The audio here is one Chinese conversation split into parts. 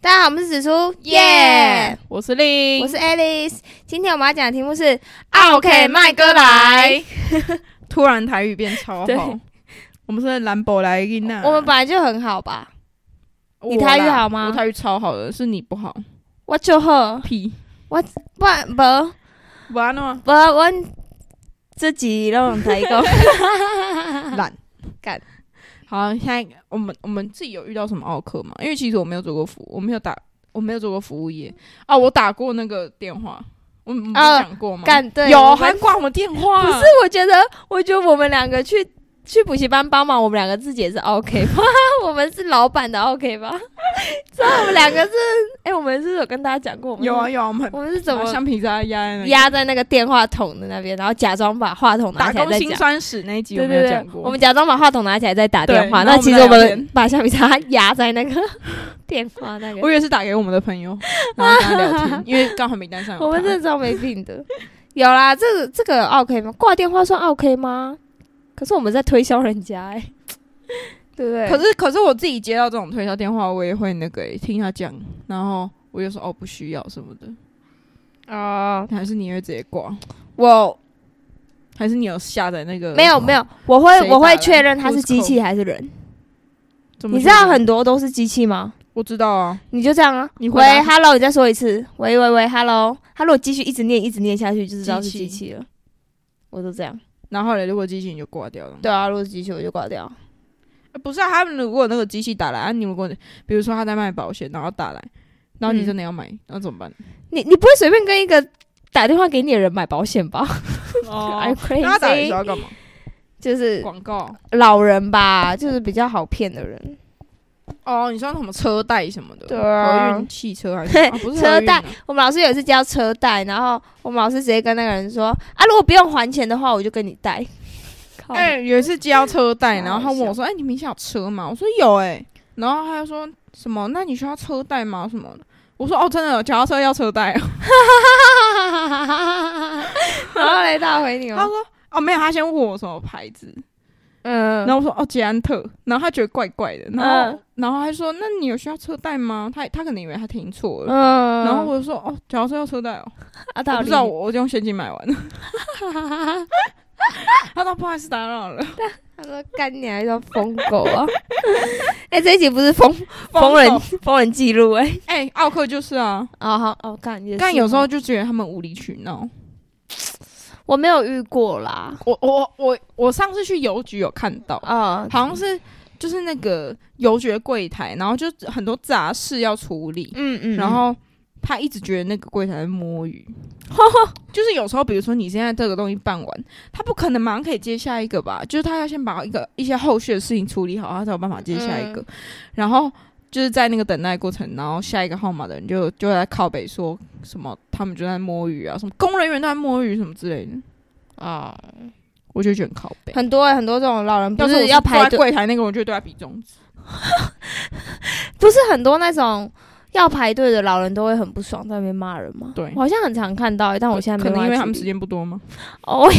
大家好，我们是紫苏，耶、我是令，我是 Alice。今天我们要讲的题目是 OK 麦哥来。。突然台语变超对好，我们是兰博莱因娜。我们本来就很好吧？我你台语啦好吗我台语超好的，是你不好，我就好， 屁！不然不不安吗？不，我自己弄台讲。懒干。好，现在我们我们自己有遇到什么奥克吗？因为其实我没有做过服，我没有打，我没有做过服务业啊。我打过那个电话，我们我们不啊是讲过吗？ 干对，有啊我还们嗯挂我们电话？不是，我觉得，我觉得我们两个去去补习班帮忙，我们两个自己也是 OK 吧？ 我们是老板的 OK 吧？所以我们两个是， 哎、我们是不是有跟大家讲过，我们是有啊，有啊，我们我们是怎么把橡皮擦压在那里压在那个电话筒的那边，然后假装把话筒拿打起来工再辛讲。酸史那一集有对没有对讲对，过？我们假装把话筒拿起来再打电话，对然那后其实我我们在聊们天把橡皮擦压在那个电话那我个。以为是打给我们的朋友，然后跟他聊天，因为刚好名单上有 他我们这招没病的，有啦，这个这个 OK 吗？挂电话算 OK 吗？可是我们在推销人家哎、 对不对？可是可是我自己接到这种推销电话，我也会那个、欸、听他讲，然后我就说哦不需要什么的，哦、还是你会直接挂，我还是你有下载那个？没有没有，我会呃谁我打会来确认他是 Who's 机器还是人。怎么你去知道很多都是机器吗？我知道啊，你就这样啊？你回答喂，Hello，你再说一次，喂喂喂，Hello，他如果继续一直念一直念下去，就知道是机器机器了。我都这样，然后嘞，如果机器你就挂掉了。对啊，如果是机器我就挂掉。呃不是啊，他们如果那个机器打来，啊你如果比如说他在卖保险，然后打来，然后你嗯真的要买，那怎么办？你你不会随便跟一个打电话给你的人买保险吧？Are you？Oh 那哦他打来是 crazy？要干嘛？就是广告老人吧，就是比较好骗的人。哦，你说什么车贷什么的？对啊合运汽车还是什么、啊、不是车合运贷啊我们老师有一次教车贷，然后我们老师直接跟那个人说：“啊，如果不用还钱的话，我就跟你贷。”靠哎、有一次接到车贷，好然后他问我笑说：“哎、你名下有车吗？”我说：“有。”哎，然后他就说什么：“那你需要车贷吗？”什么的。我说：“哦，真的，脚踏车要车贷。 哦然后嘞，他回你”他吗？说：“哦，没有。”他先问我什么牌子，嗯，然后我说：“哦，捷安特。”然后他觉得怪怪的，然后、嗯然后他就说：“那你有需要车贷吗？”他他可能以为他听错了。嗯，然后我就说哦，脚踏车要车贷哦，啊，他我有不知道， 理你我我就用现金买完了。他说不好意思打扰了，他说干你还叫疯狗啊！哎、这一集不是疯疯手人疯人记录哎、哎，奥克就是啊，啊好哦干，也是但有时哦候就觉得他们无理取闹。我没有遇过啦，我我我我上次去邮局有看 到，啊、好像是就是那个邮局的柜台，然后就很多杂事要处理，嗯嗯，然后他一直觉得那个柜台在 摸鱼，就是有时候比如说你现在这个东西办完，他不可能马上可以接下一个吧，就是他要先把一个一些后续的事情处理好，他才有办法接下嗯一个，然后。就是在那个等待过程，然后下一个号码的人就就在靠北说什么，他们就在摸鱼啊，什么工人员都在摸鱼什么之类的，啊、我就觉得很靠北。很多、欸、很多这种老人不要是我要排坐在队，柜台那个，我就对他比中指。不是很多那种要排队的老人都会很不爽，在那边骂人吗？对我好像很常看到、欸，但我现在没可能办法因为处他们理时间不多吗？哦，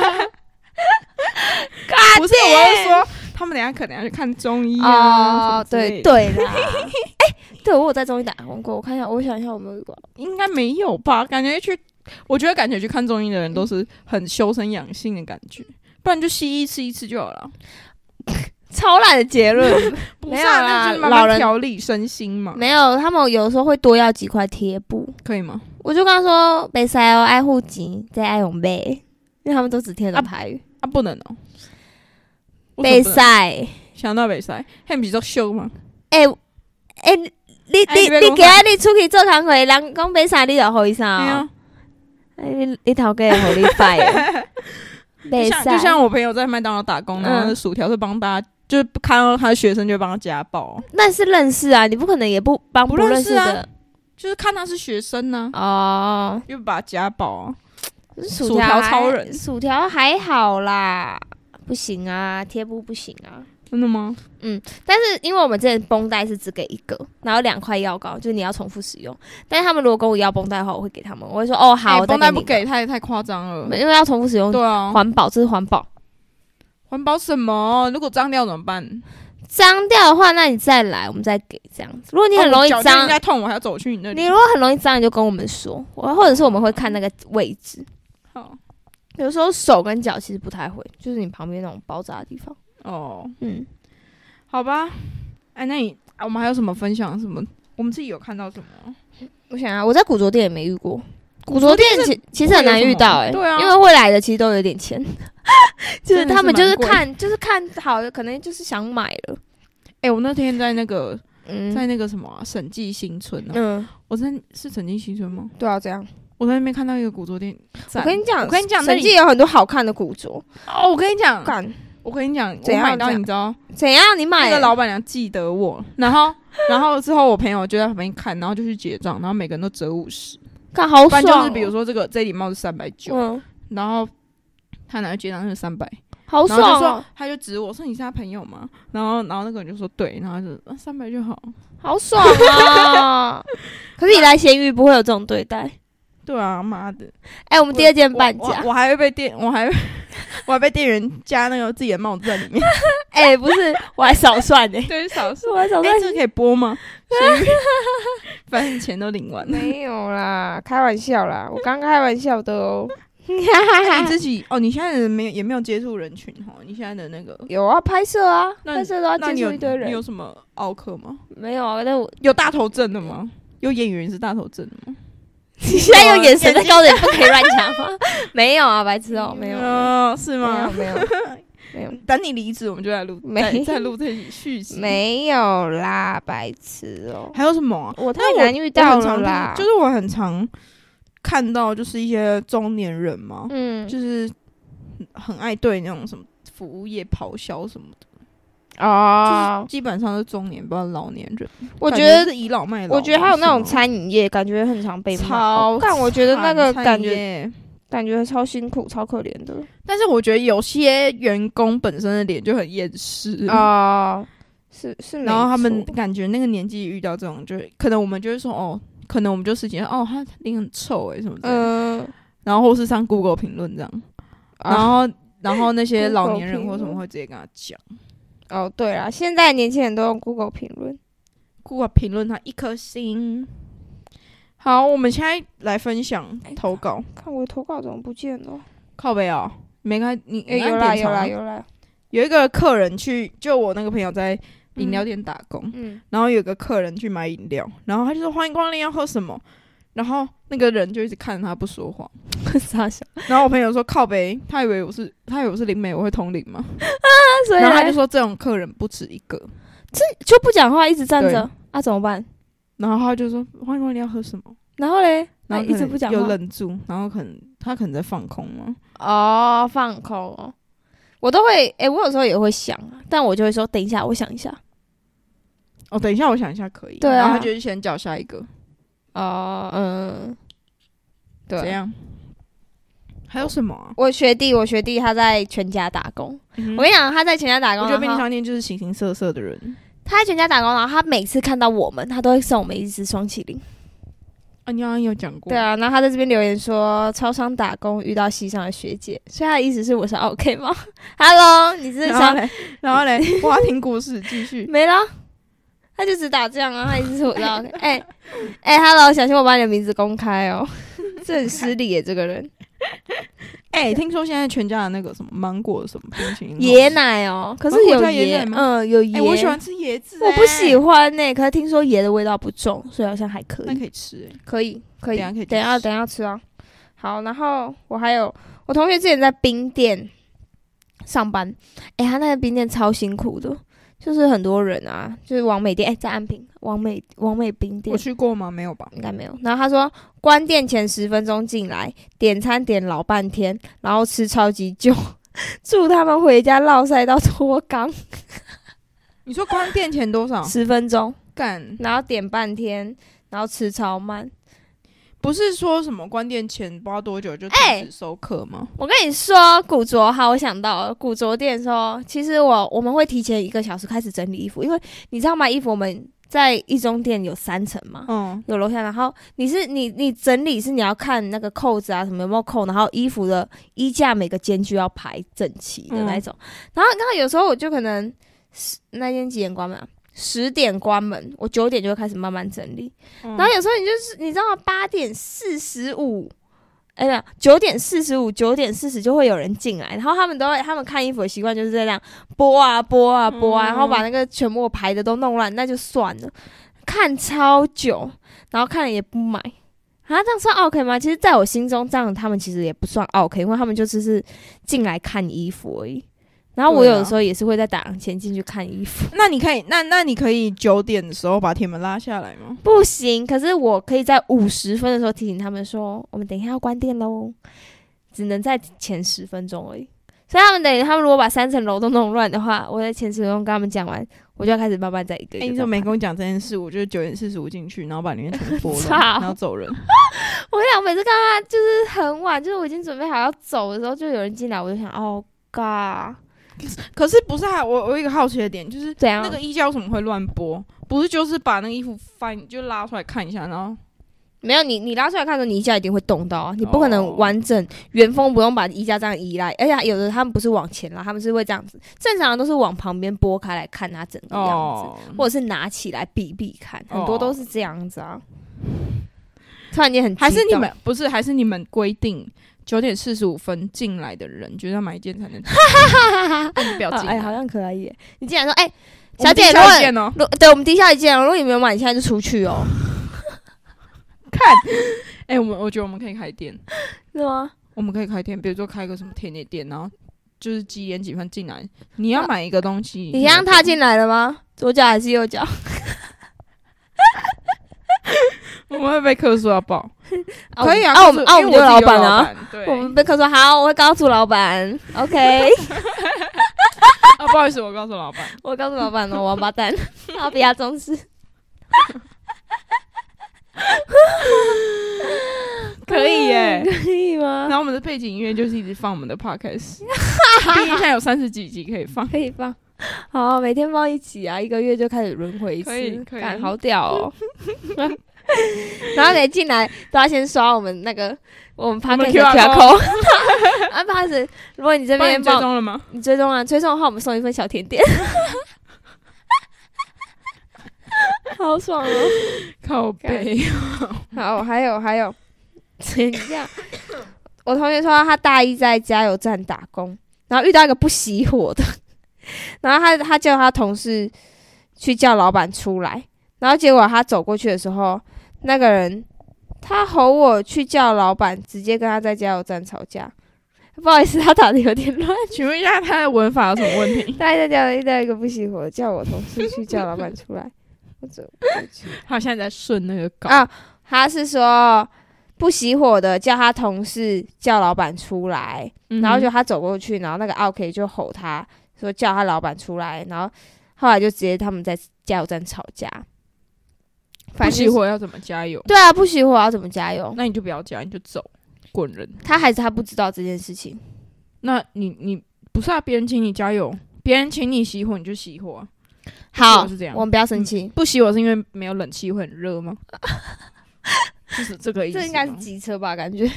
啊不是，我是说他们等一下可能要去看中医啊。哦，什么之对类的，对啦，哎、对我有在中医打工过，我看一下，我想一下我有没有遇过，应该没有吧？感觉去，我觉得感觉去看中医的人都是很修身养性的感觉，不然就西医吃一吃就好了。超烂的结论，不是没有啦啊，那就是慢老慢人调理身心嘛，没有，他们有时候会多要几块贴布，可以吗？我就跟他说“北塞哦，爱护级，再爱用背”，因为他们都只听得懂台语。啊，不能哦。北为什么不能塞，哎想到北塞，他们比较秀吗？哎、欸你哎你你要你讲今仔日出去做工课，人讲北塞，你就好意思对啊啊？，哎你你头家好你拜 的，就北像塞就像我朋友在麦当劳打工，然后那嗯薯条是帮大家，就是看到他的学生就帮他家暴。啊那是认识啊，你不可能也不帮不认认识识啊的就是看他是学生呢、哦。又把他家暴、啊，薯薯条条还超人薯条还好啦，不行啊，贴布不行啊。真的吗？但是因为我们之前绷带是只给一个，然后两块药膏，就是你要重复使用。但是他们如果跟我要绷带的话，我会给他们，我会说哦好，哎我再绷带、你不给太太夸张一了个，。因为要重复使用，对啊，环保这是环保。环保什么？如果脏掉怎么办？脏掉的话，那你再来，我们再给这样子。如果你很哦容我易脚就脏应，该痛，我还要走去你那里。你如果很容易脏，你就跟我们说，我或者是我们会看那个位置。好有时候手跟脚其实不太会，就是你旁边那种包扎的地方。哦，嗯，好吧。哎，那你啊我们还有什么分享？什么？我们自己有看到什么？我想啊，我在古着店也没遇过。古着店古着其其实很难遇到哎、对啊因为未来的其实都有点钱， 就是真的他们是就蛮是贵看就是看好，可能就是想买了。哎，我那天在那个嗯在那个什么啊审计新村啊，嗯，我在是审计新村吗？对啊，这样。我在那边看到一个古着店，我赞跟你讲，我跟你讲那神里迹有很多好看的古着，哦，我跟你讲，干我跟你讲，我怎样买到怎样你知道，怎样？你买那个老板娘记得我，然后 然后之后我朋友就在旁边看，然后就去结账，然后每个人都折五十，干好不然爽、就哦，是比如说这个这顶帽是三百九，嗯，然后他拿去结账就是三百，好然后就爽、说哦，他就指我说你是他朋友吗？然后然后那个人就说对，然后就啊三百就好，好爽 啊！可是你来咸鱼不会有这种对待。对啊，妈的，哎、我们第二件半我价我，我还会被店，我还会 我还被店员加那个自己的帽子 在里面，哎、不是，我还少算呢、 对，少数。我还少哎、算、这个可以播吗？咸鱼反正钱都领完了。没有啦，开玩笑啦，我刚开玩笑的 哦。那你自己哦，你现在没有也没有接触人群哦，你现在的那个，有啊，拍摄啊，那拍摄都要那接你触有一堆你人有，什么奥克吗？没有啊？但我有大头症的吗？有演员是大头症的吗？你现在用眼神在高点，不可以乱讲吗？ 没有啊，白痴 哦、没有，呃是没有，吗？没有， 没有，等你离职，我们就来录，没再再录这一续集。，没有啦，白痴哦、还有什么啊、我太那我难遇我到很了常啦看，就是我很常看到，就是一些中年人嘛，嗯，就是很爱对那种什么服务业咆哮什么的，哦就是，基本上是中年，不知道老年人。我感觉得是倚老卖老，我觉得还有那种是吗餐饮业，感觉很常被骂超哦。但我觉得那个餐感觉业感觉超辛苦、超可怜的但是我觉得有些员工本身的脸就很厌世啊。啊、是是没错。然后他们感觉那个年纪遇到这种，就可能我们就会说哦，可能我们就事情哦，他脸很臭诶、什么之类的，嗯、然后或是上 Google 评论这样，啊然后、然后那些老年人 Google 或什评么论会直接跟他讲哦，对啦，现在年轻人都用 Google 评论， ，Google 评论他一颗星。好，我们现在来分享哎投稿，看我的投稿怎么不见了？靠背哦，没看你、哎、你按有啦点有藏啦啊有啦，有一个客人去，就我那个朋友在饮料嗯店打工，嗯，然后有个客人去买饮料，然后他就说欢迎光临，要喝什么？然后那个人就一直看着他不说话。啊 傻笑。然后我朋友说靠北，他以为我是他以为我是灵媒，我会通灵吗？那所以然后他他就就说这种客人不止一个。就不讲话，一直站对着啊，怎么办？然后他就说欢迎光临，要喝什么？然后嘞，然那后一可直能不讲有话，忍住，然后可能他可能在放空嘛。哦，放空哦。我都会，哎、我有时候也会想啊，但我就会说等一下，我想一下。哦，等一下，我想一下可以。对啊然后他就先叫下一个，哦，嗯，怎对。啊样？还有什么啊？我学弟，我学弟他在全家打工。嗯我跟你讲，啊他在全家打工，啊我觉得便利然后商店就是形形色色的人他在全家打工，然后他每次看到我们，他都会送我们一支双麒麟。啊，你好像有讲过。对啊，然后他在这边留言说，超商打工遇到西上的学姐，所以他的意思是我是 OK 吗 ？Hello，你是然后想嘞，然后嘞， 我要听故事，继 续。没了？他就只打这样啊，他意思是我是 OK。哎 哎，Hello，小心我把你的名字公开哦， 这很失礼耶，这个人。哎、听说现在全家的那个什么芒果什么冰淇淋，椰奶哦，可是芒果有加椰奶椰，吗嗯，有哎、椰。我喜欢吃椰子、我不喜欢，欢呢、可是听说椰的味道不重，所以好像还可那以，可以吃、哎，可以，可以。等一下可以去等一下，吃等一下吃啊。好，然后我还有我同学之前在冰店上班，诶，他那个冰店超辛苦的，就是很多人啊，就是王美店，诶，在安平王美王美冰店我去过吗？没有吧？应该没有。然后他说关店前十分钟进来，点餐点老半天，然后吃超级久， 祝他们回家落晒到脱肛 你说关店前多少？十分钟。干，然后点半天，然后吃超慢。不是说什么关店前不知道多久就停哎止收客吗？我跟你说，古着好，我想到了古着店说，其实我我们会提前一个小时开始整理衣服，因为你知道吗？衣服我们在一中店有三层嘛。嗯，有楼下，然后你是你你整理是你要看那个扣子啊什么有没有扣，然后衣服的衣架每个间距要排整齐的那一种。然后刚好有时候我就可能十那间几点关门啊？十点关门，我九点就会开始慢慢整理。嗯然后有时候你就是你知道吗？八点四十五，哎没有，九点四十五、九点四十就会有人进来，然后他们都会，他们看衣服的习惯就是这样拨啊拨啊嗯拨啊，然后把那个全部排的都弄乱，那就算了。看超久，然后看了也不买。啊，这样算 OK 吗？其实，在我心中，这样他们其实也不算 OK，因为他们就只是进来看衣服而已。然后我对啊有的时候也是会在打烊前进去看衣服，那你可以，那那你可以九点的时候把铁门拉下来吗？不行。可是我可以在五十分的时候提醒他们说，我们等一下要关店喽，只能在前十分钟而已。所以他们等于他们如果把三层楼都弄乱的话，我在前十分钟跟他们讲完，我就要开始慢慢在一个一 哎、个你怎么没打跟我讲这件事？我就是九点四十五进去，然后把里面全部 剥操了，然后走人。我跟你讲，每次看到他就是很晚，就是我已经准备好要走的时候，就有人进来，我就想，哦嘎，可是不是啊？我我有一个好奇的点就是，怎样？那个衣架为什么会乱剥？不是就是把那个衣服翻就拉出来看一下，然后没有你，你拉出来看的时候，你衣架一定会动到啊，你不可能哦完整原封不动把衣架这样移来，而且有的他们不是往前拉，他们是会这样子，正常的都是往旁边拨开来看它整个样子，哦，或者是拿起来比比看，哦很多都是这样子啊。突然间很激动还是你们不是？还是你们规定九点四十五分进来的人，就是要买一件 才能哦那你不要进哎、来。好像可以耶，你竟然说哎、我小们姐，如订下一果件哦，如对我们低下一件哦，如果你没有买，你现在就出去哦， 哎、我们我觉得我们可以开店，是吗？我们可以开店，比如说开个什么甜点店，然后就是几点几分进来，你要买一个东西，你刚刚踏进来了吗？左脚还是右脚？ 我们会被客诉到爆。可以啊，啊，我客们诉啊，我因们为就我老自己有板啊。板，对，我们贝克说好，我会告诉老板。OK， 啊，不好意思，我告诉老板，我告诉老板了，王八 蛋，他比他重视。可以 耶。可以然吗？后我们的背景音乐就是一直放我们的 podcast，毕竟现在有三十几集可以放。可以放，好，每天放一起啊，一个月就开始轮回一次，可以可以干好屌 哦。然后你进来都要先刷我们那个我们 p a 们 c k QR QR code，啊， 不好意思，如果你这帮边你追帮踪了吗？你追踪啊，追踪的话我们送一份小甜 点，好爽哦。靠背， 好，还有还有，等一下， 我同学说他大一在加油站打工，然后遇到一个不熄火的， 然后他他叫他同事去叫老板出来，然后结果他走过去的时候，那个人他吼我去叫老板，直接跟他在加油站吵架。不好意思，他打的有点 乱。请问一下他的文法有什么问题？大一在加油遇到一个不熄火的，叫我同事去叫老板出 来，我走过去。他现在在顺那个稿，啊，他是说不熄火的，叫他同事叫老板出来，嗯然后就他走过去，然后那个 OK 就吼他说叫他老板出来，然后后来就直接他们在加油站吵架。不反正熄就是火要怎么加油？对啊，不熄火要怎么加油？那你就不要加，你就走，滚人。他还是他不知道这件事情。那你你不是啊？别人请你加油，别人请你熄火你就熄火啊，好，是这样我们不要生气，不熄火是因为没有冷气会很热吗？ 就是这个意思吗。这应该是机车吧？感觉，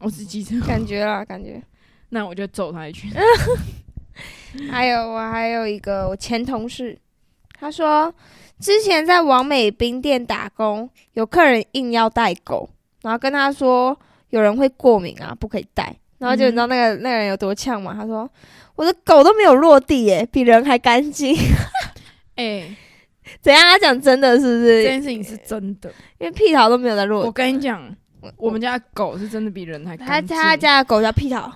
我是机车， 感觉啦，感觉。 那我就揍他一 拳。哎还有我还有一个我前同事，他说之前在王美冰店打工，有客人硬要带狗，然后跟他说有人会过敏啊，不可以带。然后就你知道那个、那个人有多呛吗？他说我的狗都没有落地耶，比人还干净。哎、怎样？他讲真的是不这是？件事情是真的。因为屁桃都没有在落我地。跟你讲，我们家的狗是真的比 人还他干净。他家的狗叫屁桃，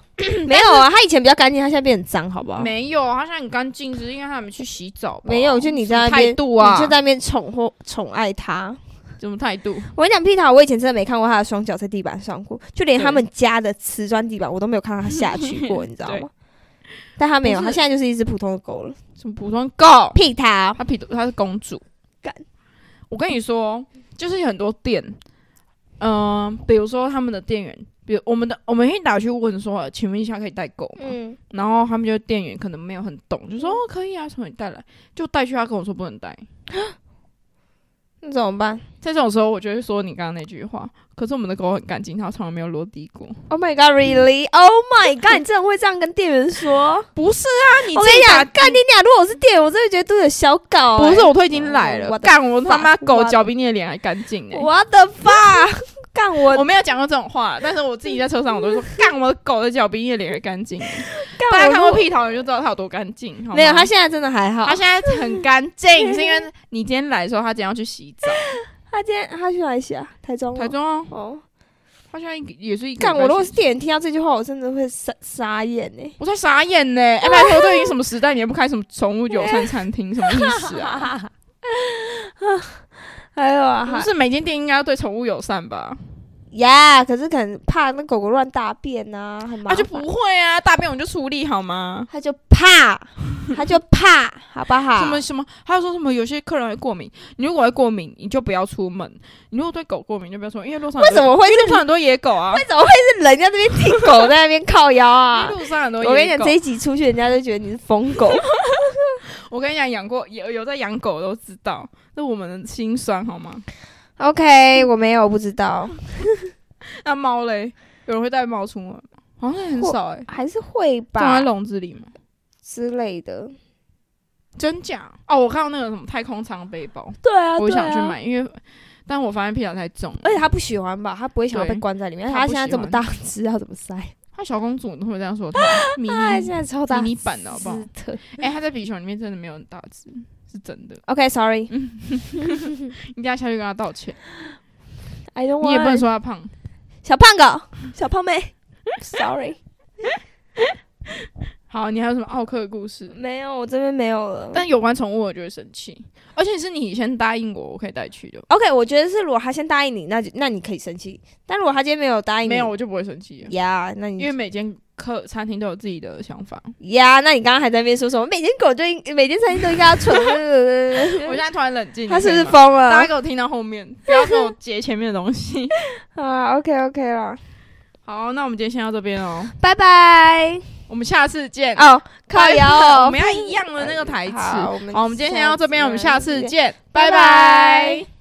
没有啊，他以前比较干净，他现在变很脏，好不好？没有，它现在很干净，只是因为啊它没去洗澡吧。没有就你在那什么态边度啊，你就在那边宠或宠爱它。什么态 度？我跟你讲，皮塔，我以前真的没看过他的双脚在地板上过，就连他们家的瓷砖地板我都没有看到他下去过，你知道 对吗？但他没有，不他是现在就是一只普通的狗了。什么普通狗？屁塔，她皮她是公主。干！我跟你说，就是很多店，嗯、比如说他们的店员，比如我们的我们可以打去问说，请问一下可以带狗吗？嗯，然后他们就店员可能没有很懂，就说、哦可以啊，从你带来，就带去。他跟我说不能带，那怎么办在这种时候，我就会说你刚刚那句话。可是我们的狗很干净，它从来没有落地过。 ？Oh my god, really? Oh my god！你真的会这样跟店员说？不是啊，你我自 跟你己讲打，干你俩！如果我是店员，我真的觉得都有小搞、欸不是，我都已经来了我，的哦干我他妈 fuck，狗我的脚比你的脸还干净呢。我的爸， 干我我没有讲过这种话，但是我自己在车上我都说， 干我的狗的脚比你的脸还干 净。大家干看我过如果！屁桃你就知道它有多干净。好吗没有，他现在真的还好它。现在很干净， 是因为你今天来的时候，它今天要去洗澡。他今天他去哪里洗啊？台中哦。台中啊，哦。它现在也是一个干，礼拜我如果洗是店员听到这句话，我真的会傻傻眼欸呢、我才傻眼呢！哎，拜托，都已经什么时代，你还不开什么宠物友善餐厅，什么意思啊？ 嗯还有啊， 不还是每间店应该要对宠物友善吧？呀可是可能怕那狗狗乱大便呐、很麻烦。他就不会啊，大便我们就出力好吗？他就怕，他就怕， 好不好？什么什么，还有说什么有些客人会过敏，你如果会过敏，你就不要出门。你如果对狗过敏，就不要出门，因为路上为什么会因为路是上很多野狗啊，为什么会是人家这边听狗在那边靠腰啊 因为？路上很多野狗。我跟你讲，这一集出去，人家就觉得你是疯 狗。我跟你讲，养过有有在养狗都知道，那我们的心酸好吗？ OK，我没有不知道，那猫嘞，有人会带猫出门吗？好像很少哎、欸，还是会放吧在笼子里吗？之类的。真假？哦，我看到那个什么太空舱背包，对啊我也想去。买，因为但我发现屁股太重了，而且他不喜欢吧，他不会想要被对关在里面。他他不现在喜这么欢大只，要怎么塞？她小公主都会这样 说她，迷他你现在超大，嗯迷你版的好不好？特哎、他在比熊里面真的没有很大只，是真的。 OK，Sorry，I、你等一下下去跟他道歉， don't want。你也不能说他胖。小胖狗，小胖妹 ，Sorry，好，你还有什么奥克的故事？没有，我这边没有了。但有关宠物，我就会生气，而且是你先答应我，我可以带去的。 OK，我觉得是如果他先答应你，那就那你可以生气；但如果他今天没有答应你，没有，我就不会生气了，呀那因为你每间客餐厅都有自己的想 法。呀那你刚刚还在那边说什么？每天狗就应每天餐厅都应该要 蠢， 我现在突然冷静，他你是可不以是吗？疯大家了给我听到后面，不要跟我截前面的东西。 啊？OK OK 了，好，那我们今天先到这边哦，拜拜。我们下次见。哦，靠哎哦我摇们，要一样的那个台词。好好，我们我们今天先到这边，我们下次见，拜拜拜拜